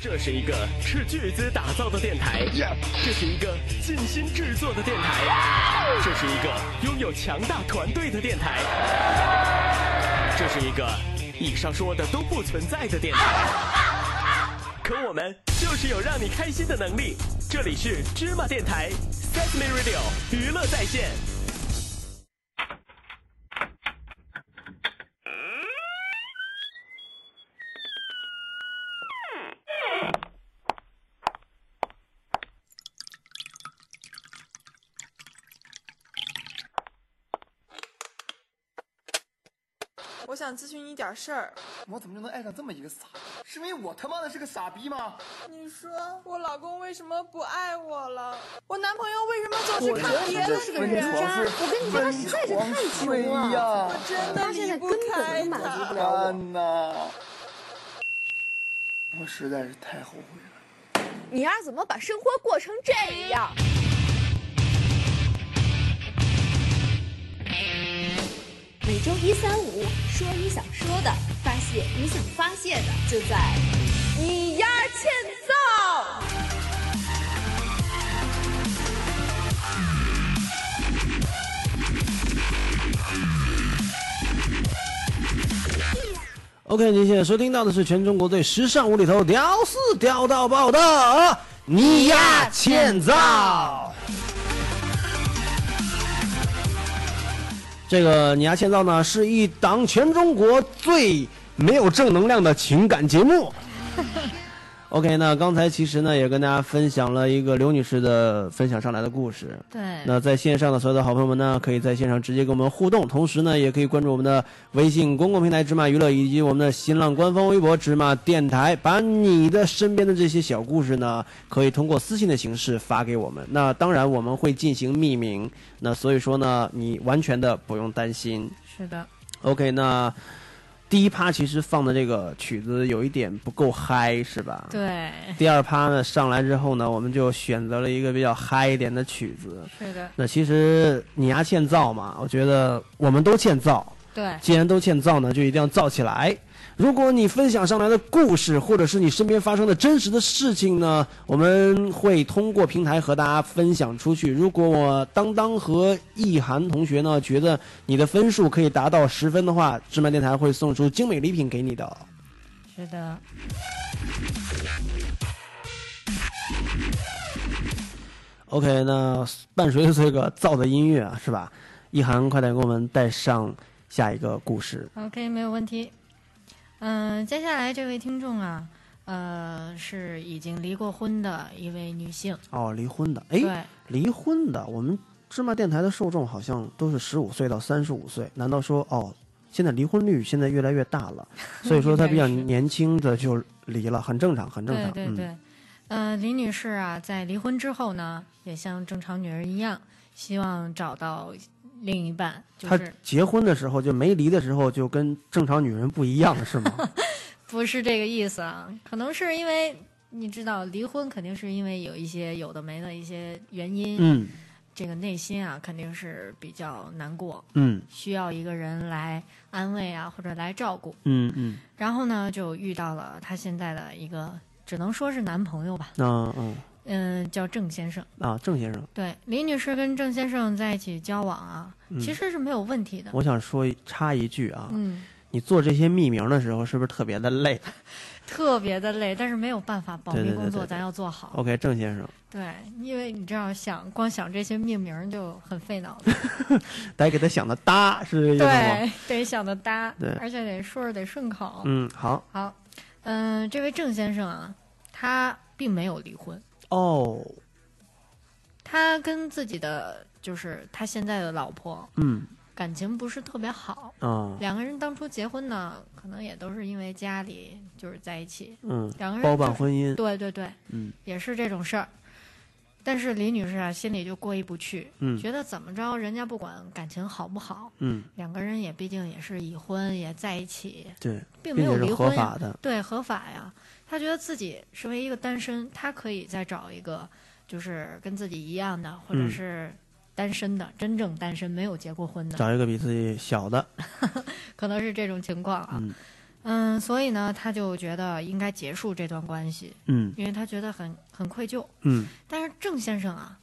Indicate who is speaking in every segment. Speaker 1: 这是一个斥巨资打造的电台，这是一个尽心制作的电台，这是一个拥有强大团队的电台，这是一个以上说的都不存在的电台。可我们就是有让你开心的能力。这里是芝麻电台 Sesame Radio 娱乐在线。
Speaker 2: 我想咨询你点事儿。
Speaker 3: 我怎么就能爱上这么一个傻？是因为我他妈的是个傻逼吗？
Speaker 2: 你说我老公为什么不爱我了？我男朋友为什么总是看别的
Speaker 4: 个人渣，我跟你说，他实在是太
Speaker 3: 对
Speaker 4: 穷了，
Speaker 3: 呀
Speaker 2: 我，真的
Speaker 4: 他现
Speaker 2: 离
Speaker 4: 在
Speaker 2: 不
Speaker 4: 根本
Speaker 2: 开
Speaker 4: 都满足
Speaker 2: 他。
Speaker 4: 不了我。
Speaker 3: 天哪！我实在是太后悔了。
Speaker 4: 你丫怎么把生活过成这样？每周一、三、五，说你想说的，发泄你想发泄的，就在你丫欠揍。
Speaker 5: OK，您现在收听到的是全中国最时尚无厘头、屌丝屌到爆的《你呀欠揍》。这个《你呀欠揍》呢，是一档全中国最没有正能量的情感节目。OK，那刚才其实呢，也跟大家分享了一个刘女士的分享上来的故事。
Speaker 6: 对，
Speaker 5: 那在线上的所有的好朋友们呢，可以在线上直接跟我们互动，同时呢，也可以关注我们的微信公共平台“芝麻娱乐”以及我们的新浪官方微博“芝麻电台”，把你的身边的这些小故事呢，可以通过私信的形式发给我们。那当然我们会进行匿名，那所以说呢，你完全的不用担心。
Speaker 6: 是的，
Speaker 5: OK，那第一趴其实放的这个曲子有一点不够嗨，是吧？。
Speaker 6: 对，
Speaker 5: 第二趴呢上来之后呢，我们就选择了一个比较嗨一点的曲子。
Speaker 6: 是的，
Speaker 5: 那其实你丫欠造嘛，我觉得我们都欠造。
Speaker 6: 对，
Speaker 5: 既然都欠造呢，就一定要造起来。如果你分享上来的故事，或者是你身边发生的真实的事情呢，我们会通过平台和大家分享出去。如果我当当和意涵同学呢，觉得你的分数可以达到十分的话，芝麻电台会送出精美礼品给你的。哦
Speaker 6: 是的，
Speaker 5: OK，那伴随着这个造的音乐啊，是吧？意涵，快点给我们带上下一个故事。
Speaker 6: OK，没有问题。嗯、接下来这位听众啊，呃，是已经离过婚的一位女性。
Speaker 5: 哦，离婚的，
Speaker 6: 对
Speaker 5: 哎，，离婚的，我们芝麻电台的受众好像都是十五岁到三十五岁，难道说哦，现在离婚率现在越来越大 了，所以说他比较
Speaker 6: 应该是
Speaker 5: 年轻的就离了，很正常，很正
Speaker 6: 对
Speaker 5: 常，
Speaker 6: 对对
Speaker 5: 嗯，。
Speaker 6: 呃，李女士啊，在离婚之后呢，也像正常女儿一样，希望找到另一半，就
Speaker 5: 他
Speaker 6: 是
Speaker 5: 结婚的时候就没离的时候就跟正常女人不一样了，是 吗？
Speaker 6: 不是这个意思啊，可能是因为你知道，离婚肯定是因为有一些有的没的一些原因，
Speaker 5: 嗯
Speaker 6: 这个内心啊肯定是比较难过，
Speaker 5: 嗯
Speaker 6: 需要一个人来安慰啊，或者来照顾。
Speaker 5: 嗯嗯，
Speaker 6: 然后呢，就遇到了她现在的一个，只能说是男朋友吧，
Speaker 5: 那嗯
Speaker 6: 嗯、叫郑先生。
Speaker 5: 啊，郑先生，
Speaker 6: 对，李女士跟郑先生在一起交往啊，
Speaker 5: 嗯
Speaker 6: 其实是没有问题的。
Speaker 5: 我想说一插一句啊，
Speaker 6: 嗯，
Speaker 5: 你做这些匿名的时候是不是特别的 累
Speaker 6: 特别的累，但是没有办法，保
Speaker 5: 对
Speaker 6: 密
Speaker 5: 对对
Speaker 6: 工作
Speaker 5: 对对哦
Speaker 6: 咱要做好。
Speaker 5: ？OK，郑先生，
Speaker 6: 对，因为你知道想光想这些命名儿就很费脑 子，
Speaker 5: 得给他想的搭是这个意思吗？
Speaker 6: 对，得想的搭
Speaker 5: 对，
Speaker 6: 而且得说着得顺口。
Speaker 5: 嗯，好
Speaker 6: 好，嗯、这位郑先生啊，他并没有离婚，
Speaker 5: 哦，
Speaker 6: 他跟自己的就是他现在的老婆
Speaker 5: 嗯
Speaker 6: 感情不是特别好，
Speaker 5: 啊。
Speaker 6: 两个人当初结婚呢，可能也都是因为家里就是在一起，
Speaker 5: 嗯，
Speaker 6: 两个人
Speaker 5: 包办
Speaker 6: 就是
Speaker 5: 婚姻，
Speaker 6: 对对对，
Speaker 5: 嗯，
Speaker 6: 也是这种事儿。但是李女士啊，心里就过意不去，
Speaker 5: 嗯
Speaker 6: 觉得怎么着，人家不管感情好不好，
Speaker 5: 嗯，
Speaker 6: 两个人也毕竟也是已婚，也在一起，
Speaker 5: 对，
Speaker 6: 并没
Speaker 5: 并
Speaker 6: 有
Speaker 5: 且
Speaker 6: 离
Speaker 5: 是合
Speaker 6: 婚呀
Speaker 5: 法，的，
Speaker 6: 对，合法呀。她觉得自己身为一个单身，她可以再找一个就是跟自己一样的，或者
Speaker 5: 嗯
Speaker 6: 是单身的，真正单身没有结过婚的，
Speaker 5: 找一个比自己小的，
Speaker 6: 可能是这种情况啊。
Speaker 5: 嗯
Speaker 6: 嗯，所以呢，他就觉得应该结束这段关系，
Speaker 5: 嗯
Speaker 6: 因为他觉得很很愧疚。
Speaker 5: 嗯，
Speaker 6: 但是郑先生啊，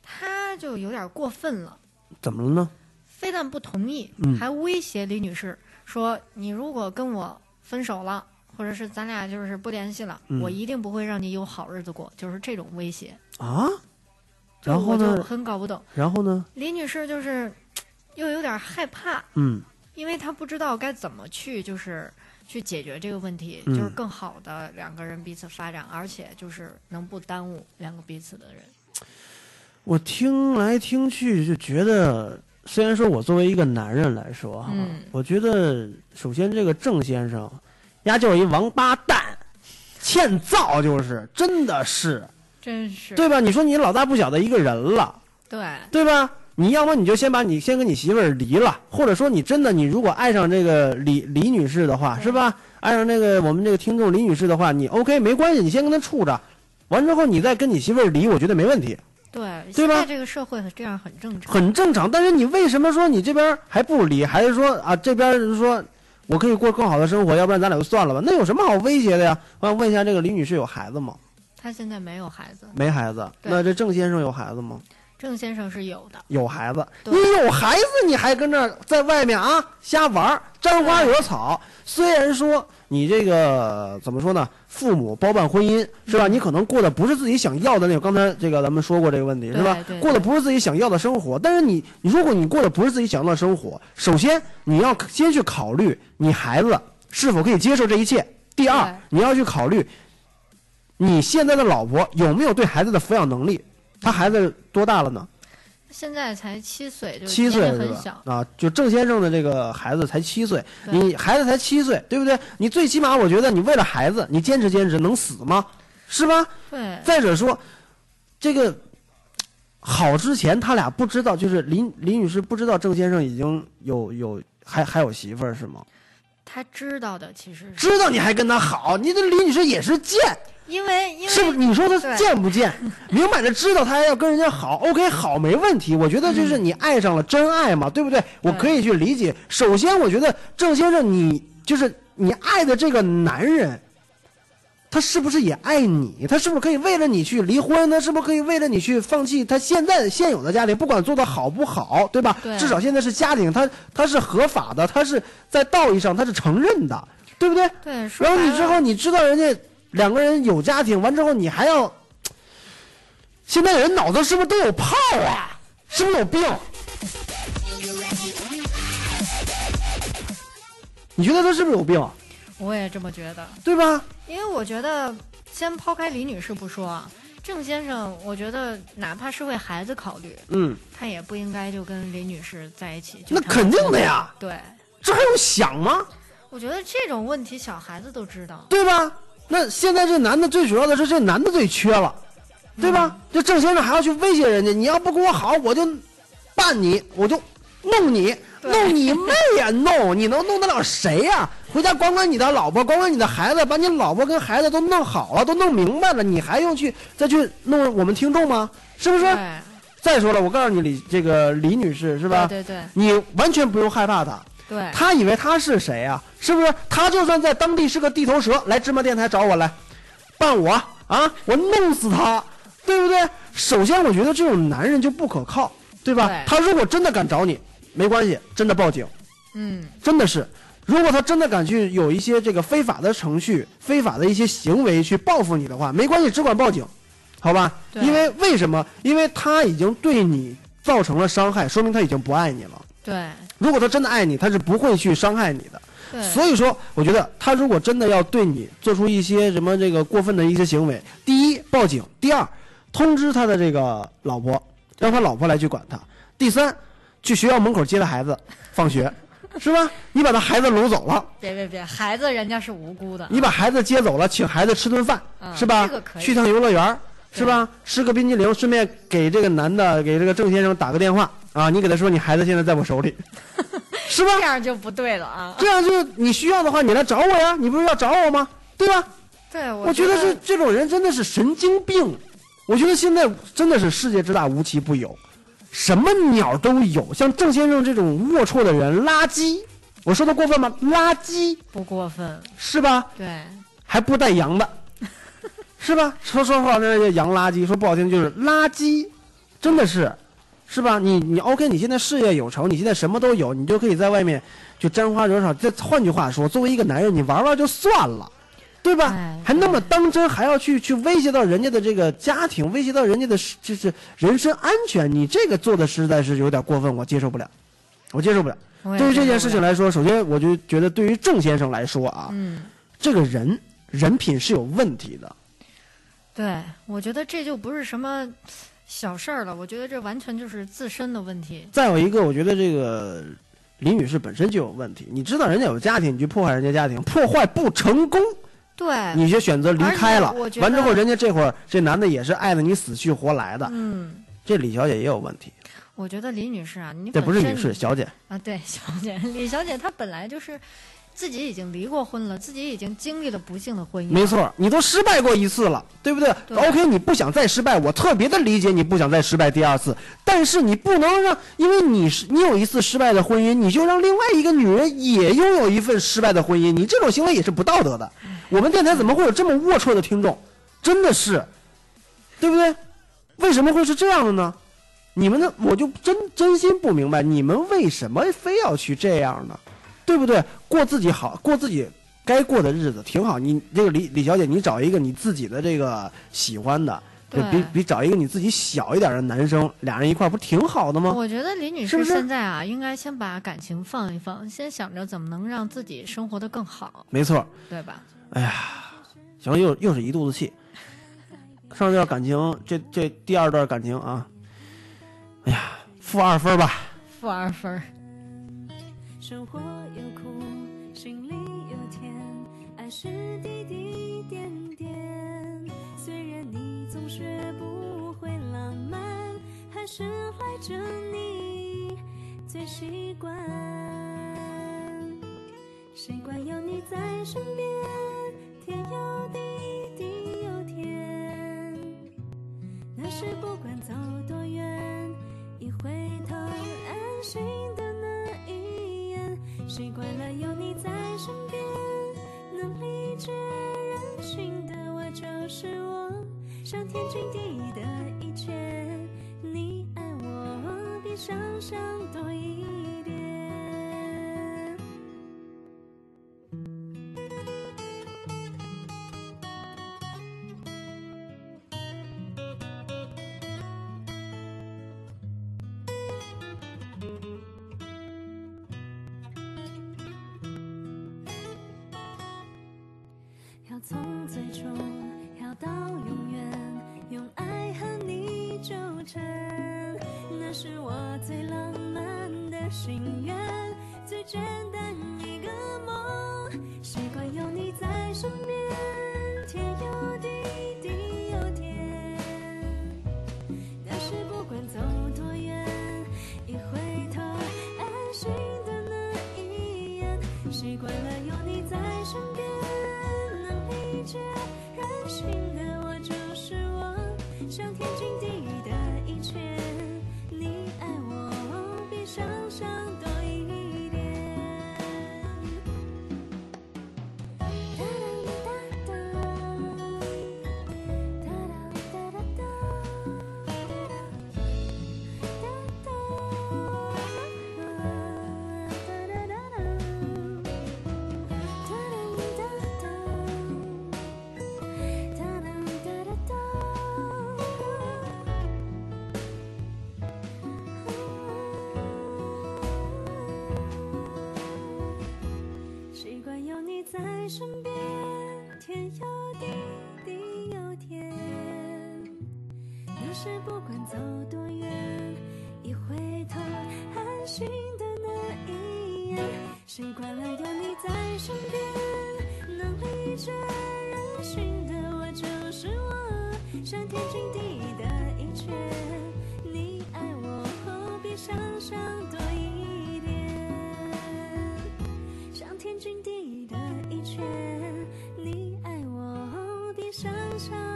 Speaker 6: 他就有点过分了，
Speaker 5: 怎么了呢？
Speaker 6: 非但不同意，
Speaker 5: 嗯
Speaker 6: 还威胁李女士说：“你如果跟我分手了，或者是咱俩就是不联系了，
Speaker 5: 嗯
Speaker 6: 我一定不会让你有好日子过。”就是这种威胁。
Speaker 5: 啊？
Speaker 6: 这
Speaker 5: 然后
Speaker 6: 我就
Speaker 5: 呢？
Speaker 6: 很搞不懂，
Speaker 5: 然后呢？
Speaker 6: 李女士就是嘖又有点害怕，
Speaker 5: 嗯
Speaker 6: 因为她不知道该怎么去就是去解决这个问题，
Speaker 5: 嗯
Speaker 6: 就是更好的两个人彼此发展，而且就是能不耽误两个彼此的人。
Speaker 5: 我听来听去就觉得，虽然说我作为一个男人来说哈，
Speaker 6: 嗯
Speaker 5: 我觉得首先这个郑先生，丫就是一王八蛋，欠造就是，真的是，
Speaker 6: 真是
Speaker 5: 对吧？你说你老大不小的一个人了，
Speaker 6: 对
Speaker 5: 对吧？你要么你就先把你先跟你媳妇儿离了，或者说你真的你如果爱上这个李李女士的话，是吧？爱上那个我们这个听众李女士的话，你 OK 没关系，你先跟她处着，完之后你再跟你媳妇儿离，我觉得没问题。
Speaker 6: 对，
Speaker 5: 对
Speaker 6: 现
Speaker 5: 吧
Speaker 6: 在这个社会这样很正常。
Speaker 5: 很正常。但是你为什么说你这边还不离，还是说啊这边就是说我可以过更好的生活，要不然咱俩就算了吧？那有什么好威胁的呀？我想问一下，这个李女士有孩子吗？
Speaker 6: 她现在没有孩子，
Speaker 5: 没孩子。
Speaker 6: 对
Speaker 5: 那这郑先生有孩子吗？
Speaker 6: 郑先生是有的。
Speaker 5: 有孩子。
Speaker 6: 对
Speaker 5: 你有孩子，你还跟那儿在外面啊瞎玩儿，沾花惹草。虽然说你这个怎么说呢，父母包办婚姻是
Speaker 6: 嗯
Speaker 5: 吧？你可能过的不是自己想要的那种。刚才这个咱们说过这个问题是吧
Speaker 6: 对对？对
Speaker 5: 过的不是自己想要的生活，但是你如果你过的不是自己想要的生活，首先你要先去考虑你孩子是否可以接受这一切。第二
Speaker 6: 对，
Speaker 5: 你要去考虑你现在的老婆有没有对孩子的抚养能力。他孩子多大了呢？
Speaker 6: 现在才七岁，就
Speaker 5: 七
Speaker 6: 是
Speaker 5: 岁
Speaker 6: 年龄
Speaker 5: 是
Speaker 6: 很
Speaker 5: 吧
Speaker 6: 小？。
Speaker 5: 啊，就郑先生的这个孩子才七岁，
Speaker 6: 对
Speaker 5: 你孩子才七岁，对不对？你最起码我觉得你为了孩子，你坚持坚持能死吗？是吧？
Speaker 6: 对，
Speaker 5: 再者说，这个好之前他俩不知道，就是林林女士不知道郑先生已经有有还还有媳妇儿是吗？
Speaker 6: 他知道的其实是
Speaker 5: 知道你还跟他好，你这林女士也是贱，
Speaker 6: 因为因为
Speaker 5: 是不是？你说他
Speaker 6: 对嗯
Speaker 5: 贱不 贱？明摆着知道他还要跟人家好，OK，好没问题。我觉得就是你爱上了真爱嘛，对不对？我可以去理解。首先，我觉得郑先生你，就是你爱的这个男人，他是不是也爱你？他是不是可以为了你去离婚？他是不是可以为了你去放弃他现在现有的家庭？不管做的好不好，对吧？
Speaker 6: 对
Speaker 5: 至少现在是家庭，他他是合法的，他是在道义上他是承认的，对不对？
Speaker 6: 对，说
Speaker 5: 然后
Speaker 6: 白
Speaker 5: 你
Speaker 6: 了
Speaker 5: 之后你知道人家两个人有家庭，完之后你还要，现在人脑子是不是都有泡啊？是不是有病？你觉得他是不是有病？啊
Speaker 6: 我也这么觉得，
Speaker 5: 对吧？
Speaker 6: 因为我觉得先抛开李女士不说啊，郑先生，我觉得哪怕是为孩子考虑，
Speaker 5: 嗯，
Speaker 6: 他也不应该就跟李女士在一起。就
Speaker 5: 那
Speaker 6: 谈
Speaker 5: 肯定
Speaker 6: 婚
Speaker 5: 的
Speaker 6: 了
Speaker 5: 呀。
Speaker 6: 对，
Speaker 5: 这还用想吗？
Speaker 6: 我觉得这种问题小孩子都知道。
Speaker 5: 对吧？那现在这男的最主要的是这男的最缺了，对吧？
Speaker 6: 嗯
Speaker 5: 这郑先生还要去威胁人家，你要不跟我好，我就办你，我就弄你，
Speaker 6: 对
Speaker 5: 弄你妹呀！弄你能弄得了谁呀、回家管管你的老婆，管管你的孩子，把你老婆跟孩子都弄好了，都弄明白了，你还用去再去弄我们听众吗？是不是？
Speaker 6: 对
Speaker 5: 再说了，我告诉你，李这个李女士是吧？
Speaker 6: 对对
Speaker 5: 你完全不用害怕她。
Speaker 6: 对
Speaker 5: 他以为他是谁啊？是不是？他就算在当地是个地头蛇，来芝麻电台找我来，办我啊！我弄死他，对不对？首先，我觉得这种男人就不可靠，对吧？
Speaker 6: 对
Speaker 5: 他如果真的敢找你，没关系，真的报警，
Speaker 6: 嗯，
Speaker 5: 真的是。如果他真的敢去有一些这个非法的程序、非法的一些行为去报复你的话，没关系，只管报警，好吧？
Speaker 6: 对
Speaker 5: 因为为什么？因为他已经对你造成了伤害，说明他已经不爱你了。
Speaker 6: 对
Speaker 5: 如果他真的爱你，他是不会去伤害你的。
Speaker 6: 对，
Speaker 5: 所以说，我觉得他如果真的要对你做出一些什么这个过分的一些行为，第一报警，第二通知他的这个老婆，让他老婆来去管他，第三去学校门口接他孩子放 学，是吧？你把他孩子掳走了，
Speaker 6: 别别别，孩子人家是无辜的。
Speaker 5: 你把孩子接走了，请孩子吃顿饭，
Speaker 6: 嗯
Speaker 5: 是吧？
Speaker 6: 这个可以
Speaker 5: 去趟游乐园儿，
Speaker 6: 对
Speaker 5: 是吧？吃个冰激凌，顺便给这个男的，给这个郑先生打个电话啊！你给他说，你孩子现在在我手里， 是吧？
Speaker 6: 这样就不对了啊！
Speaker 5: 这样就是你需要的话，你来找我呀，你不是要找我吗？对吧？
Speaker 6: 对，
Speaker 5: 我觉得这这种人真的是神经病。我觉得现在真的是世界之大无奇不有，什么鸟都有。像郑先生这种龌龊的人，垃圾，我说的过分吗？垃圾
Speaker 6: 不过分，
Speaker 5: 是吧？
Speaker 6: 对，
Speaker 5: 还不带洋的，是吧？说说好听叫洋垃圾，说不好听就是垃圾，真的是，是吧？你你 OK，你现在事业有成，你现在什么都有，你就可以在外面就沾花惹草。这换句话说，作为一个男人，你玩玩就算了。对吧
Speaker 6: 哎？
Speaker 5: 还那么当真，还要去去威胁到人家的这个家庭，威胁到人家的是就是人身安全，你这个做的实在是有点过分，我接受不了，我接受不了。
Speaker 6: 我也
Speaker 5: 对于这
Speaker 6: 接
Speaker 5: 件
Speaker 6: 受
Speaker 5: 事
Speaker 6: 不
Speaker 5: 情
Speaker 6: 了，
Speaker 5: 来说，首先我就觉得，对于郑先生来说啊，
Speaker 6: 嗯，
Speaker 5: 这个人人品是有问题的。
Speaker 6: 对，我觉得这就不是什么小事儿了，我觉得这完全就是自身的问题。
Speaker 5: 再有一个，我觉得这个林女士本身就有问题。你知道人家有家庭，你去破坏人家家庭，破坏不成功，
Speaker 6: 对，
Speaker 5: 你就选择离开了
Speaker 6: 哎而且我。觉得
Speaker 5: 完之后，人家这会儿这男的也是爱的你死去活来的。
Speaker 6: 嗯，
Speaker 5: 这李小姐也有问题，
Speaker 6: 我觉得李女士啊，你
Speaker 5: 这
Speaker 6: 本
Speaker 5: 不是
Speaker 6: 身
Speaker 5: 女士，小姐。
Speaker 6: 啊，对，小姐，李小姐她本来就是自己已经离过婚了，自己已经经历了不幸的婚姻，
Speaker 5: 没，错，你都失败过一次了，对不对
Speaker 6: 对
Speaker 5: o k 你不想再失败，我特别的理解你不想再失败第二次，但是你不能让，因为你是你有一次失败的婚姻，你就让另外一个女人也拥有一份失败的婚姻，你这种行为也是不道德的。我们电台怎么会有这么龌龊的听众？真的是，对不对？为什么会是这样的呢？你们的我就真真心不明白，你们为什么非要去这样呢？对不对？过自己好，过自己该过的日子挺好。你这个李李小姐，你找一个你自己的这个喜欢的，就
Speaker 6: 对
Speaker 5: 比比找一个你自己小一点的男生，俩人一块儿不挺好的吗？
Speaker 6: 我觉得李女
Speaker 5: 是不
Speaker 6: 士
Speaker 5: 是
Speaker 6: 现在啊，应该先把感情放一放，先想着怎么能让自己生活的更好，
Speaker 5: 没错，
Speaker 6: 对吧？
Speaker 5: 行，又又是一肚子气。上段感情，这这第二段感情啊，哎呀，负二分吧。
Speaker 6: 负二分儿，
Speaker 7: 生活有苦，心里有甜，爱是滴滴点点。虽然你总学不会浪漫，还是赖着你最习惯。习惯有你在身边，天有地，地有天。那时不管走多远，一回头安心的那一眼，习惯了有你在身边，能理解任性的我就是我，上天经地义的一切，你爱我比想象多一点。要从最初，要到永远，用爱和你纠缠，那是我最浪漫的心愿，最简单一个梦，习惯有你在身边，天有地，地有天。但是不管走多远，一回头安心的那一眼，习惯了有你在身边，能理解任性的我就是我，像天经地义的一切，你爱我比想象多一点。哒哒哒哒，哒哒哒哒哒，哒哒哒哒，哒哒哒哒，哒哒哒哒。习惯有你在身边，天有地，地有天。那时不管走多远，一回头安心的那一眼，习惯了有你在身边，能理解任性的我就是我，像天经地义的一切。你爱我比想象多一点。像天经地义的一切，你爱我比想象。